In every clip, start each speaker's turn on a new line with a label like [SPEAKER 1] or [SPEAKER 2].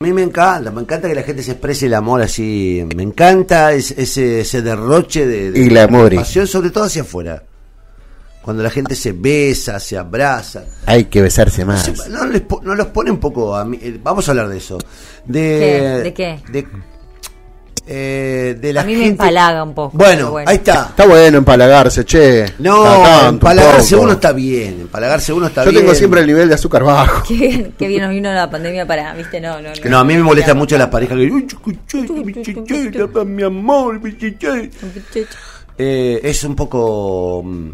[SPEAKER 1] A mí me encanta, me encanta que la gente se exprese el amor así. Me encanta es- ese, ese derroche de, de-
[SPEAKER 2] Y glamores.
[SPEAKER 1] de pasión, sobre todo hacia afuera. Cuando la gente se besa, se abraza.
[SPEAKER 2] Hay que besarse más.
[SPEAKER 1] Sí, No, les po- no los pone un poco a mí- eh, Vamos a hablar de eso. De,
[SPEAKER 3] ¿Qué? ¿De qué?
[SPEAKER 1] De, eh, de la
[SPEAKER 3] A mí me
[SPEAKER 1] gente-
[SPEAKER 3] empalaga un poco,
[SPEAKER 1] Bueno,
[SPEAKER 3] pero bueno.
[SPEAKER 1] ahí está.
[SPEAKER 2] Está bueno empalagarse, che. Cada
[SPEAKER 1] No,
[SPEAKER 2] tanto,
[SPEAKER 1] empalagarse
[SPEAKER 2] un poco.
[SPEAKER 1] uno está bien. Empalagarse uno está
[SPEAKER 2] Yo
[SPEAKER 1] bien.
[SPEAKER 2] tengo siempre el nivel de azúcar bajo.
[SPEAKER 3] Qué bien, qué bien nos vino la pandemia para, viste, no, no.
[SPEAKER 1] No, a mí me molesta mucho las parejas que. "Uy, chicuché, mi chiché, mi amor, mi chiché". Eh, es un poco. mm,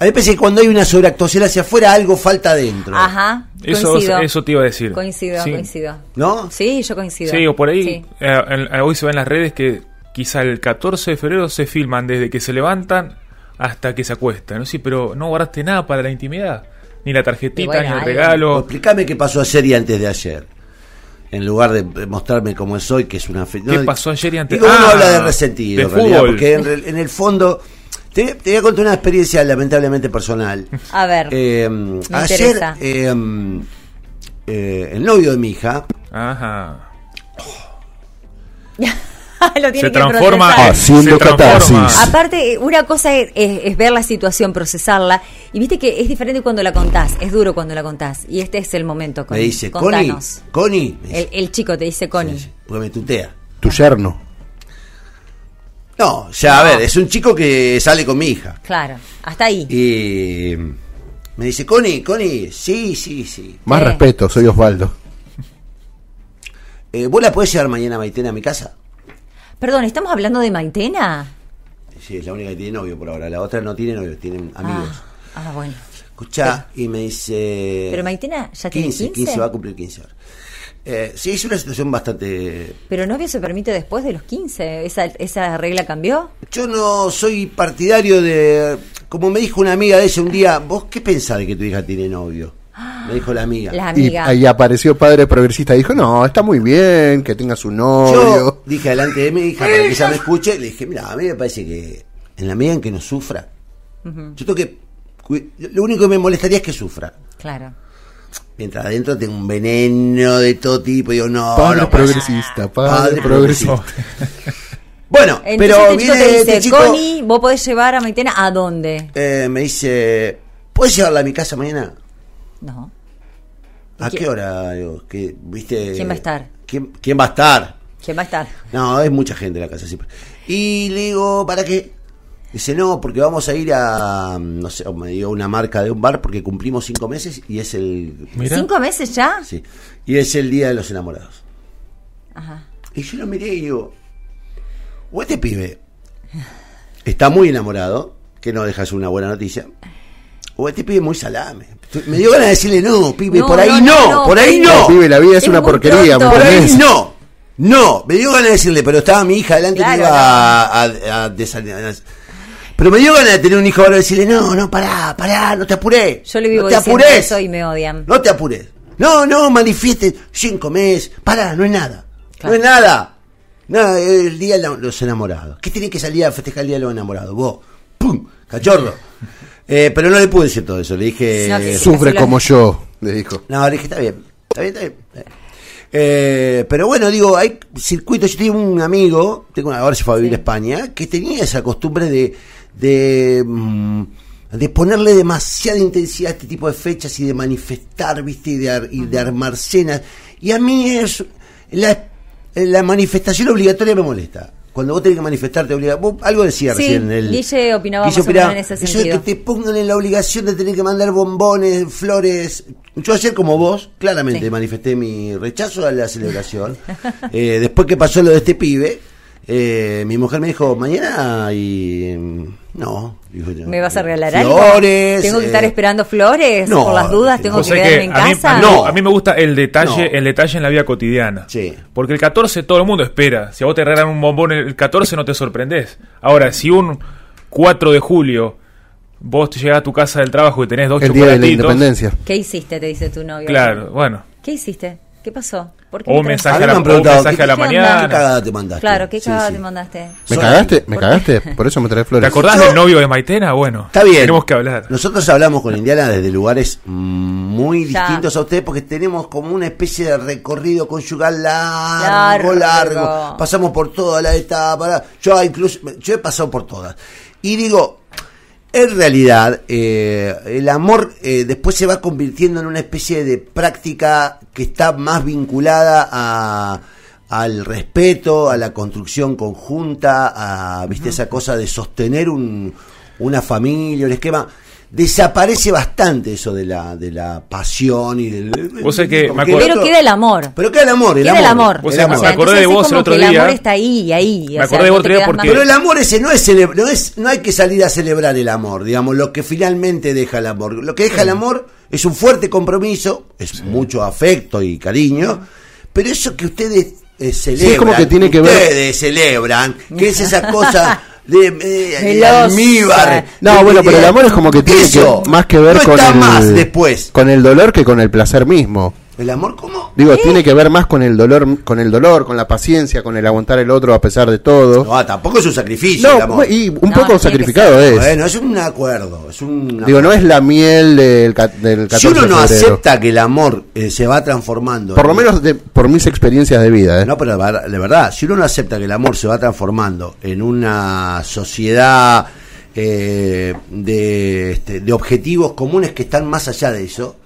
[SPEAKER 1] A mí me parece que cuando hay una sobreactuación hacia afuera, algo falta adentro.
[SPEAKER 3] Ajá,
[SPEAKER 4] Eso,
[SPEAKER 3] coincido.
[SPEAKER 4] eso te iba a decir.
[SPEAKER 3] Coincido,
[SPEAKER 4] Sí.
[SPEAKER 3] coincido.
[SPEAKER 1] ¿No?
[SPEAKER 3] Sí, yo coincido.
[SPEAKER 4] Sí, o por ahí,
[SPEAKER 3] Sí.
[SPEAKER 4] eh, en- eh, hoy se ve en las redes que quizá el 14 de febrero se filman desde que se levantan hasta que se acuestan. ¿no? Sí, pero no guardaste nada para la intimidad. Ni la tarjetita,
[SPEAKER 3] Y bueno,
[SPEAKER 4] ni el
[SPEAKER 3] algo.
[SPEAKER 1] O
[SPEAKER 4] regalo.
[SPEAKER 1] Explícame qué pasó ayer y antes de ayer. En lugar de mostrarme cómo soy, que es una fe...
[SPEAKER 4] ¿Qué pasó ayer y antes-
[SPEAKER 1] Digo, uno
[SPEAKER 4] Ah,
[SPEAKER 1] habla de resentido,
[SPEAKER 4] de
[SPEAKER 1] en realidad,
[SPEAKER 4] fútbol.
[SPEAKER 1] porque en, re- en el fondo. Te, te voy a contar una experiencia lamentablemente personal.
[SPEAKER 3] A ver,
[SPEAKER 1] Eh, ayer,
[SPEAKER 3] interesa.
[SPEAKER 1] eh, eh, el novio de mi hija,
[SPEAKER 4] Ajá.
[SPEAKER 3] lo tiene
[SPEAKER 4] Se
[SPEAKER 3] que
[SPEAKER 4] transforma.
[SPEAKER 3] procesar.
[SPEAKER 2] Haciendo
[SPEAKER 4] se transforma.
[SPEAKER 2] catarsis.
[SPEAKER 3] Aparte, eh, una cosa es, es- es ver la situación, procesarla, y viste que es diferente cuando la contás, es duro cuando la contás, y este es el momento,
[SPEAKER 1] me
[SPEAKER 3] Connie.
[SPEAKER 1] dice, Connie,
[SPEAKER 3] Contanos.
[SPEAKER 1] Connie, me
[SPEAKER 3] El,
[SPEAKER 1] dice,
[SPEAKER 3] el chico te dice Connie.
[SPEAKER 1] porque me tutea.
[SPEAKER 2] Tu yerno.
[SPEAKER 1] No, o sea, a ver, es un chico que sale con mi hija.
[SPEAKER 3] Claro, hasta ahí.
[SPEAKER 1] Y me dice, Connie, Connie, sí, sí, sí.
[SPEAKER 2] Más
[SPEAKER 3] ¿Qué?
[SPEAKER 2] respeto, soy Osvaldo.
[SPEAKER 1] Eh, ¿Vos la podés llevar mañana a Maitena a mi casa?
[SPEAKER 3] Perdón, ¿estamos hablando de Maitena?
[SPEAKER 1] Sí, es la única que tiene novio por ahora. La otra no tiene novio, tienen amigos.
[SPEAKER 3] Ah, ah, bueno.
[SPEAKER 1] Escuchá, y me dice.
[SPEAKER 3] Pero Maitena ya tiene
[SPEAKER 1] 15,
[SPEAKER 3] 15.
[SPEAKER 1] 15, va a cumplir 15 ahora. Eh, sí, es una situación bastante.
[SPEAKER 3] Pero novio se permite después de los 15, ¿esa, esa regla cambió?
[SPEAKER 1] Yo no soy partidario de. Como me dijo una amiga de ella un día, ¿vos qué pensás de que tu hija tiene novio? Me dijo la amiga.
[SPEAKER 3] La
[SPEAKER 2] Y
[SPEAKER 3] amiga.
[SPEAKER 2] ahí apareció padre progresista. Dijo, no, está muy bien que tenga su
[SPEAKER 1] Yo
[SPEAKER 2] novio.
[SPEAKER 1] dije delante de mi hija para que ella me escuche, le dije, mira, a mí me parece que en la medida en que no sufra, yo tengo que. cu- Lo único que me molestaría es que sufra.
[SPEAKER 3] Claro.
[SPEAKER 1] Mientras adentro tengo un veneno de todo tipo, digo, no,
[SPEAKER 2] Padre
[SPEAKER 1] no pasa
[SPEAKER 2] progresista,
[SPEAKER 1] Padre
[SPEAKER 2] padre progresista.
[SPEAKER 1] Bueno,
[SPEAKER 3] Entonces
[SPEAKER 1] pero
[SPEAKER 3] este chico
[SPEAKER 1] viene
[SPEAKER 3] te dice,
[SPEAKER 1] este chico,
[SPEAKER 3] Connie, vos podés llevar a Maitena a dónde?
[SPEAKER 1] eh, me dice, ¿puedes llevarla a mi casa mañana?
[SPEAKER 3] No.
[SPEAKER 1] ¿A
[SPEAKER 3] ¿Y
[SPEAKER 1] qué,
[SPEAKER 3] quién-
[SPEAKER 1] hora? Digo, ¿qué- viste?
[SPEAKER 3] ¿Quién va a estar?
[SPEAKER 1] ¿Quién, quién va a estar?
[SPEAKER 3] ¿Quién va a estar?
[SPEAKER 1] No, es mucha gente en la casa siempre. Y le digo, ¿para qué? Dice, no, porque vamos a ir a, mm, no sé, me dio una marca de un bar porque cumplimos cinco meses y es el,
[SPEAKER 4] Mirá.
[SPEAKER 3] ¿Cinco meses ya?
[SPEAKER 1] sí, y es el día de los enamorados.
[SPEAKER 3] Ajá.
[SPEAKER 1] Y yo lo miré y digo, o este pibe está muy enamorado, que no deja de ser una buena noticia, o este pibe muy salame. Me dio ganas de decirle, no, pibe,
[SPEAKER 3] No,
[SPEAKER 1] por ahí no,
[SPEAKER 3] no, no, no,
[SPEAKER 1] por ahí
[SPEAKER 3] pibe.
[SPEAKER 1] no,
[SPEAKER 2] Vive la vida, es,
[SPEAKER 3] Es
[SPEAKER 2] una
[SPEAKER 3] muy
[SPEAKER 2] porquería.
[SPEAKER 3] pronto.
[SPEAKER 1] por ahí
[SPEAKER 2] ¿entendés?
[SPEAKER 1] no. No, me dio ganas de decirle, pero estaba mi hija adelante y
[SPEAKER 3] Claro,
[SPEAKER 1] me iba
[SPEAKER 3] no.
[SPEAKER 1] a, a- a desalinear. Pero me dio ganas de tener un hijo ahora y decirle, no, no, pará, pará, no te apuré.
[SPEAKER 3] Yo le vivo
[SPEAKER 1] no te
[SPEAKER 3] diciendo
[SPEAKER 1] apurés.
[SPEAKER 3] eso y me odian.
[SPEAKER 1] No te apures. No, no, manifieste. Cinco meses. Pará, no es nada.
[SPEAKER 3] Claro.
[SPEAKER 1] No es nada. No, el día de la- los enamorados. ¿Qué tiene que salir a festejar el día de los enamorados? Vos, ¡pum! ¡Cachorro! Eh, pero no le pude decir todo eso. Le dije.
[SPEAKER 3] No, que sí.
[SPEAKER 2] Sufre como yo, le dijo.
[SPEAKER 1] No, le dije, está bien, está bien, está bien. está bien. Eh, pero bueno, digo, hay circuitos. Yo tengo un amigo, tengo una, ahora se fue a vivir a España, que tenía esa costumbre de, de, mm, de ponerle demasiada intensidad a este tipo de fechas y de manifestar, ¿viste? Y de, ar- y de armar cenas. Y a mí es. La, la manifestación obligatoria me molesta. Cuando vos tenés que manifestarte obligado, vos algo decía
[SPEAKER 3] Sí,
[SPEAKER 1] recién el
[SPEAKER 3] Guille opinaba más o menos en ese
[SPEAKER 1] eso de que
[SPEAKER 3] sentido.
[SPEAKER 1] te pongan en la obligación de tener que mandar bombones, flores. Yo ayer, como vos, claramente
[SPEAKER 3] Sí.
[SPEAKER 1] manifesté mi rechazo a la celebración. Eh, después que pasó lo de este pibe, eh, mi mujer me dijo, mañana y... mm, No. Dijo yo,
[SPEAKER 3] ¿Me vas a regalar
[SPEAKER 1] flores,
[SPEAKER 3] algo? ¿Tengo que
[SPEAKER 1] eh,
[SPEAKER 3] estar esperando flores
[SPEAKER 1] no,
[SPEAKER 3] por las dudas? ¿Tengo
[SPEAKER 1] o
[SPEAKER 3] que
[SPEAKER 1] sea
[SPEAKER 3] quedarme en
[SPEAKER 4] a mí,
[SPEAKER 3] casa?
[SPEAKER 4] a mí-
[SPEAKER 1] No.
[SPEAKER 4] a mí me gusta el detalle,
[SPEAKER 1] No.
[SPEAKER 4] el detalle en la vida cotidiana.
[SPEAKER 1] Sí.
[SPEAKER 4] Porque el 14 todo el mundo espera. Si a vos te regalan un bombón el 14 no te sorprendés. Ahora, si un 4 de julio vos te llegás a tu casa del trabajo y tenés dos
[SPEAKER 2] El día de la
[SPEAKER 4] chocolatitos,
[SPEAKER 2] independencia.
[SPEAKER 3] ¿Qué hiciste? Te dice tu novio.
[SPEAKER 4] Claro, bueno.
[SPEAKER 3] ¿Qué hiciste? ¿Qué pasó? ¿Por qué
[SPEAKER 4] O
[SPEAKER 3] me
[SPEAKER 4] un
[SPEAKER 3] traes-
[SPEAKER 4] mensaje
[SPEAKER 1] A
[SPEAKER 4] a
[SPEAKER 1] mí me
[SPEAKER 4] la,
[SPEAKER 1] han
[SPEAKER 4] o un
[SPEAKER 1] preguntado,
[SPEAKER 4] mensaje a la
[SPEAKER 3] ¿qué onda?
[SPEAKER 1] ¿Qué
[SPEAKER 4] mañana.
[SPEAKER 1] cagada te mandaste?
[SPEAKER 3] Claro, qué
[SPEAKER 1] Sí,
[SPEAKER 3] cagada
[SPEAKER 1] sí.
[SPEAKER 3] te mandaste.
[SPEAKER 2] ¿Me
[SPEAKER 1] Soy-
[SPEAKER 2] cagaste? ¿Me
[SPEAKER 3] ¿Por qué?
[SPEAKER 2] cagaste? Por eso me traes
[SPEAKER 4] ¿Te
[SPEAKER 2] flores.
[SPEAKER 4] acordás
[SPEAKER 1] Yo-
[SPEAKER 4] del novio de Maitena? Bueno,
[SPEAKER 1] Está bien.
[SPEAKER 4] tenemos que hablar.
[SPEAKER 1] Nosotros hablamos con Indiana desde lugares muy
[SPEAKER 3] Ya.
[SPEAKER 1] distintos a ustedes porque tenemos como una especie de recorrido conyugal largo,
[SPEAKER 3] Largo.
[SPEAKER 1] largo. Pasamos por todas las etapas. Yo incluso, yo he pasado por todas. Y digo, en realidad, eh, el amor eh, después se va convirtiendo en una especie de práctica que está más vinculada a- al respeto, a la construcción conjunta, a viste esa cosa de sostener un- una familia, un esquema. Desaparece bastante eso de la, de la pasión y del...
[SPEAKER 4] Vos sabés que me
[SPEAKER 1] porque
[SPEAKER 4] acuerdo-
[SPEAKER 1] el
[SPEAKER 3] Pero
[SPEAKER 1] otro-
[SPEAKER 3] queda el amor.
[SPEAKER 1] Pero queda el amor, el
[SPEAKER 3] Queda el
[SPEAKER 1] amor.
[SPEAKER 3] amor.
[SPEAKER 4] Vos
[SPEAKER 1] el
[SPEAKER 4] sabés,
[SPEAKER 1] amor.
[SPEAKER 4] me acordé de
[SPEAKER 3] entonces es
[SPEAKER 4] vos el
[SPEAKER 3] como
[SPEAKER 4] otro
[SPEAKER 3] que El
[SPEAKER 4] día.
[SPEAKER 3] amor está ahí, ahí. o
[SPEAKER 4] Me
[SPEAKER 3] sea,
[SPEAKER 4] acordé de
[SPEAKER 3] no
[SPEAKER 4] vos
[SPEAKER 3] te
[SPEAKER 4] el otro día
[SPEAKER 3] quedas más-
[SPEAKER 4] porque-
[SPEAKER 1] Pero el amor ese no es, cele- no es no hay que salir a celebrar el amor, digamos, lo que finalmente deja el amor. Lo que deja el amor es un fuerte compromiso, es mucho afecto y cariño, pero eso que ustedes eh, celebran,
[SPEAKER 2] como que tiene que ver-
[SPEAKER 1] ustedes celebran, que es esa cosa de, eh, de
[SPEAKER 3] Melosa.
[SPEAKER 1] almíbar.
[SPEAKER 2] No,
[SPEAKER 1] de-
[SPEAKER 2] bueno, pero el amor es como que tiene
[SPEAKER 1] Ah, Eso
[SPEAKER 2] que, más que ver
[SPEAKER 1] no
[SPEAKER 2] con
[SPEAKER 1] está
[SPEAKER 2] el,
[SPEAKER 1] más después.
[SPEAKER 2] con el dolor que con el placer mismo.
[SPEAKER 1] ¿El amor cómo?
[SPEAKER 2] Digo, tiene que ver más con el dolor, con el dolor, con la paciencia, con el aguantar el otro a pesar de todo.
[SPEAKER 1] No, tampoco es un sacrificio el
[SPEAKER 2] No,
[SPEAKER 1] amor.
[SPEAKER 2] y un
[SPEAKER 3] No,
[SPEAKER 2] poco
[SPEAKER 3] tiene
[SPEAKER 2] sacrificado es.
[SPEAKER 1] Bueno, es un acuerdo, es un
[SPEAKER 2] Digo, no es la miel del, ca- del 14
[SPEAKER 1] Si uno no
[SPEAKER 2] de febrero.
[SPEAKER 1] acepta que el amor eh, se va transformando.
[SPEAKER 2] Por lo
[SPEAKER 1] en-
[SPEAKER 2] menos de- por mis experiencias de vida, ¿eh?
[SPEAKER 1] No, pero la ver- la verdad, si uno no acepta que el amor se va transformando en una sociedad eh, de, este, de objetivos comunes que están más allá de eso,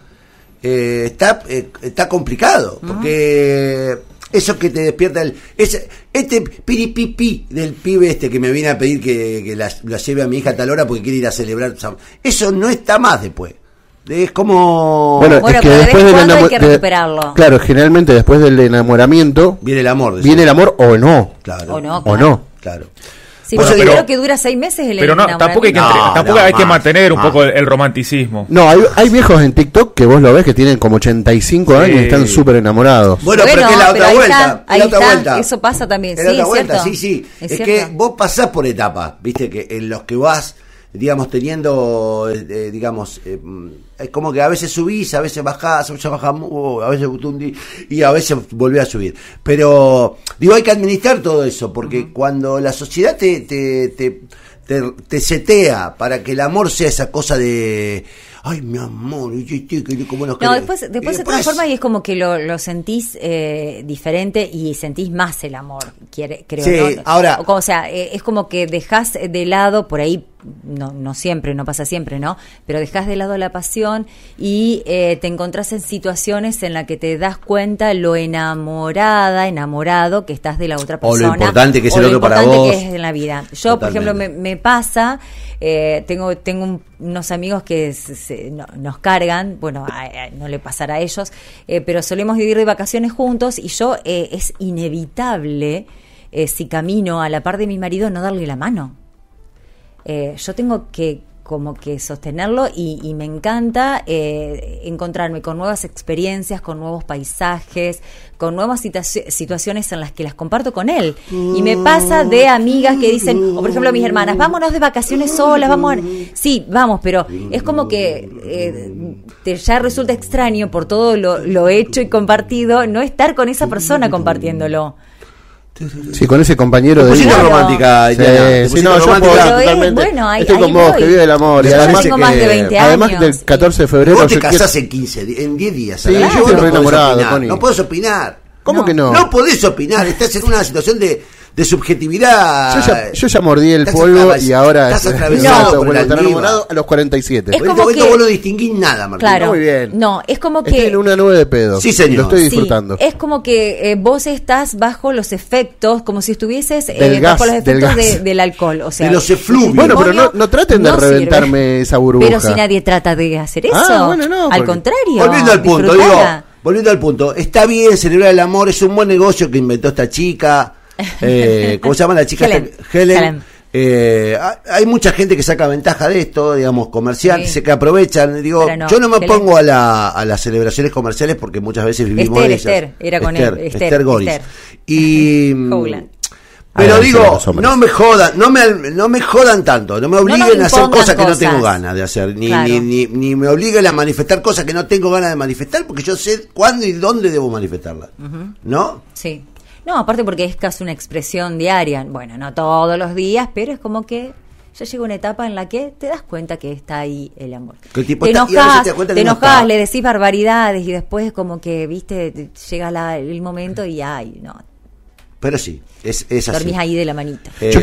[SPEAKER 1] eh, está, eh, está complicado. Porque eso que te despierta el. ese- este piripipi del pibe este que me viene a pedir que, que la, la lleve a mi hija a tal hora porque quiere ir a celebrar. Sam- Eso no está más después. Es como.
[SPEAKER 2] Bueno,
[SPEAKER 3] Bueno,
[SPEAKER 2] es que
[SPEAKER 3] pero de
[SPEAKER 2] después
[SPEAKER 3] vez
[SPEAKER 2] del
[SPEAKER 3] en cuando hay
[SPEAKER 2] enamo-
[SPEAKER 3] que
[SPEAKER 2] de-
[SPEAKER 3] recuperarlo.
[SPEAKER 2] claro, generalmente después del enamoramiento
[SPEAKER 1] viene el amor. decís.
[SPEAKER 2] viene el amor o no.
[SPEAKER 1] Claro.
[SPEAKER 3] O no,
[SPEAKER 2] O no.
[SPEAKER 1] Claro.
[SPEAKER 3] Sí,
[SPEAKER 1] Bueno,
[SPEAKER 3] pero
[SPEAKER 1] pero-
[SPEAKER 3] creo que dura seis meses el
[SPEAKER 4] Pero no,
[SPEAKER 3] enamoramiento.
[SPEAKER 4] tampoco hay que, entre-
[SPEAKER 1] No,
[SPEAKER 4] tampoco
[SPEAKER 1] no,
[SPEAKER 4] hay que
[SPEAKER 1] más,
[SPEAKER 4] mantener un
[SPEAKER 1] más.
[SPEAKER 4] poco el, el romanticismo.
[SPEAKER 2] No, hay, hay viejos en TikTok que vos lo ves que tienen como 85 años y están súper enamorados.
[SPEAKER 1] Bueno, pero que es la
[SPEAKER 3] ah, pero
[SPEAKER 1] otra
[SPEAKER 3] ahí
[SPEAKER 1] vuelta.
[SPEAKER 3] está,
[SPEAKER 1] es
[SPEAKER 3] ahí
[SPEAKER 1] la otra
[SPEAKER 3] está,
[SPEAKER 1] vuelta.
[SPEAKER 3] Eso pasa también.
[SPEAKER 1] Es
[SPEAKER 3] sí,
[SPEAKER 1] la otra
[SPEAKER 3] es
[SPEAKER 1] vuelta,
[SPEAKER 3] cierto.
[SPEAKER 1] sí, sí. Es, que
[SPEAKER 3] cierto.
[SPEAKER 1] vos pasás por etapas, viste, que en los que vas, digamos, teniendo, eh, eh, digamos, eh, mm, es como que a veces subís, a veces bajás, a veces bajás, mu- a veces butundi, y a veces volvés a subir. Pero, digo, hay que administrar todo eso, porque cuando la sociedad te, te, te, te, te setea para que el amor sea esa cosa de, ay, mi amor, y, y- y- y- como nos
[SPEAKER 3] No,
[SPEAKER 1] querés".
[SPEAKER 3] después,
[SPEAKER 1] Y
[SPEAKER 3] después se transforma y es como que lo, lo sentís eh, diferente y sentís más el amor, quiere, creo.
[SPEAKER 1] Sí,
[SPEAKER 3] ¿no?
[SPEAKER 1] ahora-
[SPEAKER 3] O, como- o sea, eh, es como que dejás de lado, por ahí, no, no siempre, no pasa siempre, ¿no? Pero dejás de lado la pasión y eh, te encontrás en situaciones en las que te das cuenta lo enamorada, enamorado que estás de la otra
[SPEAKER 1] O lo
[SPEAKER 3] persona.
[SPEAKER 1] importante que es
[SPEAKER 3] o
[SPEAKER 1] el
[SPEAKER 3] lo
[SPEAKER 1] otro para
[SPEAKER 3] importante que
[SPEAKER 1] vos.
[SPEAKER 3] es en la vida. Yo, por ejemplo, me,
[SPEAKER 1] Totalmente.
[SPEAKER 3] me pasa, eh, tengo, tengo un- unos amigos que se- se- no- nos cargan, bueno, a- a- no le pasará a ellos, eh, pero solemos vivir de vacaciones juntos y yo eh, es inevitable, eh, si camino a la par de mi marido, no darle la mano. Eh, yo tengo que como que sostenerlo y, y me encanta eh, encontrarme con nuevas experiencias, con nuevos paisajes, con nuevas situa- situaciones en las que las comparto con él. Y me pasa de amigas que dicen, o por ejemplo mis hermanas, vámonos de vacaciones solas, vamos. a-". Sí, vamos, pero es como que eh, te- ya resulta extraño por todo lo, lo hecho y compartido no estar con esa persona compartiéndolo.
[SPEAKER 2] Sí, con ese compañero
[SPEAKER 1] Te
[SPEAKER 2] de
[SPEAKER 1] pusiste
[SPEAKER 2] vida.
[SPEAKER 3] Claro.
[SPEAKER 1] romántica,
[SPEAKER 2] Sí,
[SPEAKER 1] Italiana, te
[SPEAKER 2] sí,
[SPEAKER 1] pusiste
[SPEAKER 2] no, yo
[SPEAKER 1] romántica.
[SPEAKER 2] puedo-
[SPEAKER 3] Pero, eh,
[SPEAKER 2] totalmente.
[SPEAKER 3] bueno, ahí-
[SPEAKER 2] Estoy
[SPEAKER 3] ahí
[SPEAKER 2] con vos,
[SPEAKER 3] voy.
[SPEAKER 2] que vive el amor.
[SPEAKER 1] Me
[SPEAKER 2] Y además,
[SPEAKER 1] parece Tengo más de
[SPEAKER 3] 20
[SPEAKER 2] además
[SPEAKER 3] años.
[SPEAKER 2] del 14 de febrero,
[SPEAKER 1] Vos te
[SPEAKER 2] yo quiero-
[SPEAKER 1] casás en 15, di- en 10 días.
[SPEAKER 2] Sí,
[SPEAKER 1] Sara.
[SPEAKER 2] yo
[SPEAKER 1] Vos
[SPEAKER 2] estoy re
[SPEAKER 1] podés
[SPEAKER 2] enamorado,
[SPEAKER 1] opinar,
[SPEAKER 2] Connie.
[SPEAKER 1] No puedes opinar.
[SPEAKER 2] ¿Cómo que no?
[SPEAKER 1] No podés opinar. Estás en una situación de, de subjetividad.
[SPEAKER 2] Yo ya, yo ya mordí el
[SPEAKER 1] Estás
[SPEAKER 2] polvo
[SPEAKER 1] atraves-
[SPEAKER 2] y ahora
[SPEAKER 1] Estás
[SPEAKER 2] es-
[SPEAKER 1] atravesado por
[SPEAKER 2] bueno,
[SPEAKER 1] el
[SPEAKER 2] estar
[SPEAKER 1] almíbar.
[SPEAKER 2] enamorado a los 47.
[SPEAKER 3] Es
[SPEAKER 1] En este
[SPEAKER 3] como
[SPEAKER 1] momento
[SPEAKER 3] que-
[SPEAKER 1] vos no distinguís nada, Martín.
[SPEAKER 3] Claro.
[SPEAKER 2] Muy bien.
[SPEAKER 3] No, es como que...
[SPEAKER 2] Estoy en una nube de pedo.
[SPEAKER 1] Sí, señor.
[SPEAKER 2] Lo estoy
[SPEAKER 1] Sí,
[SPEAKER 3] Sí,
[SPEAKER 2] disfrutando.
[SPEAKER 3] es como que eh, vos estás bajo los efectos, como si estuvieses eh,
[SPEAKER 2] Del gas,
[SPEAKER 3] bajo los
[SPEAKER 2] del gas.
[SPEAKER 3] efectos de- del alcohol. O sea,
[SPEAKER 1] De los efluvios.
[SPEAKER 2] Bueno, pero no-
[SPEAKER 3] matrimonio
[SPEAKER 2] no traten de
[SPEAKER 3] sirve.
[SPEAKER 2] reventarme esa burbuja.
[SPEAKER 3] Pero si nadie trata de hacer eso.
[SPEAKER 2] Ah, bueno, no,
[SPEAKER 3] al
[SPEAKER 2] porque-
[SPEAKER 3] contrario.
[SPEAKER 1] Volviendo al punto, digo,
[SPEAKER 3] disfrutala.
[SPEAKER 1] volviendo al punto, está bien celebrar el amor, es un buen negocio que inventó esta chica, eh, ¿cómo se llama la chica?
[SPEAKER 3] Helen.
[SPEAKER 1] Esta- Helen.
[SPEAKER 3] Helen.
[SPEAKER 1] Eh, ha- hay mucha gente que saca ventaja de esto, digamos, comercial,
[SPEAKER 3] Sí.
[SPEAKER 1] sé que aprovechan, digo,
[SPEAKER 3] Pero no,
[SPEAKER 1] yo no me
[SPEAKER 3] Helen.
[SPEAKER 1] pongo a, la, a las celebraciones comerciales porque muchas veces vivimos
[SPEAKER 3] Esther,
[SPEAKER 1] de ellas.
[SPEAKER 3] Esther, era con él, Esther,
[SPEAKER 1] Goris.
[SPEAKER 3] Esther.
[SPEAKER 1] Y... mm,
[SPEAKER 3] Howland.
[SPEAKER 1] Pero
[SPEAKER 2] Agradecer a
[SPEAKER 1] digo,
[SPEAKER 2] los hombres.
[SPEAKER 1] no me jodan, no me, al- no me jodan tanto, no me obliguen
[SPEAKER 3] nos
[SPEAKER 1] a hacer
[SPEAKER 3] impongan
[SPEAKER 1] cosas que no
[SPEAKER 3] cosas.
[SPEAKER 1] tengo ganas de hacer, ni,
[SPEAKER 3] Claro.
[SPEAKER 1] ni, ni, ni me obliguen a manifestar cosas que no tengo ganas de manifestar, porque yo sé cuándo y dónde debo manifestarlas, ¿no?
[SPEAKER 3] Sí. No, aparte porque es casi una expresión diaria. Bueno, no todos los días, pero es como que ya llega una etapa en la que te das cuenta que está ahí el amor.
[SPEAKER 1] Que el tipo
[SPEAKER 3] te
[SPEAKER 1] está- y a veces
[SPEAKER 3] enojas,
[SPEAKER 1] te das
[SPEAKER 3] te,
[SPEAKER 1] cuenta que no
[SPEAKER 3] enojas,
[SPEAKER 1] está.
[SPEAKER 3] le decís barbaridades y después como que, viste, te- llega la- el momento y ay, no,
[SPEAKER 1] Pero sí, es, es así.
[SPEAKER 3] dormís ahí de la manita.
[SPEAKER 1] Eh,
[SPEAKER 2] Yo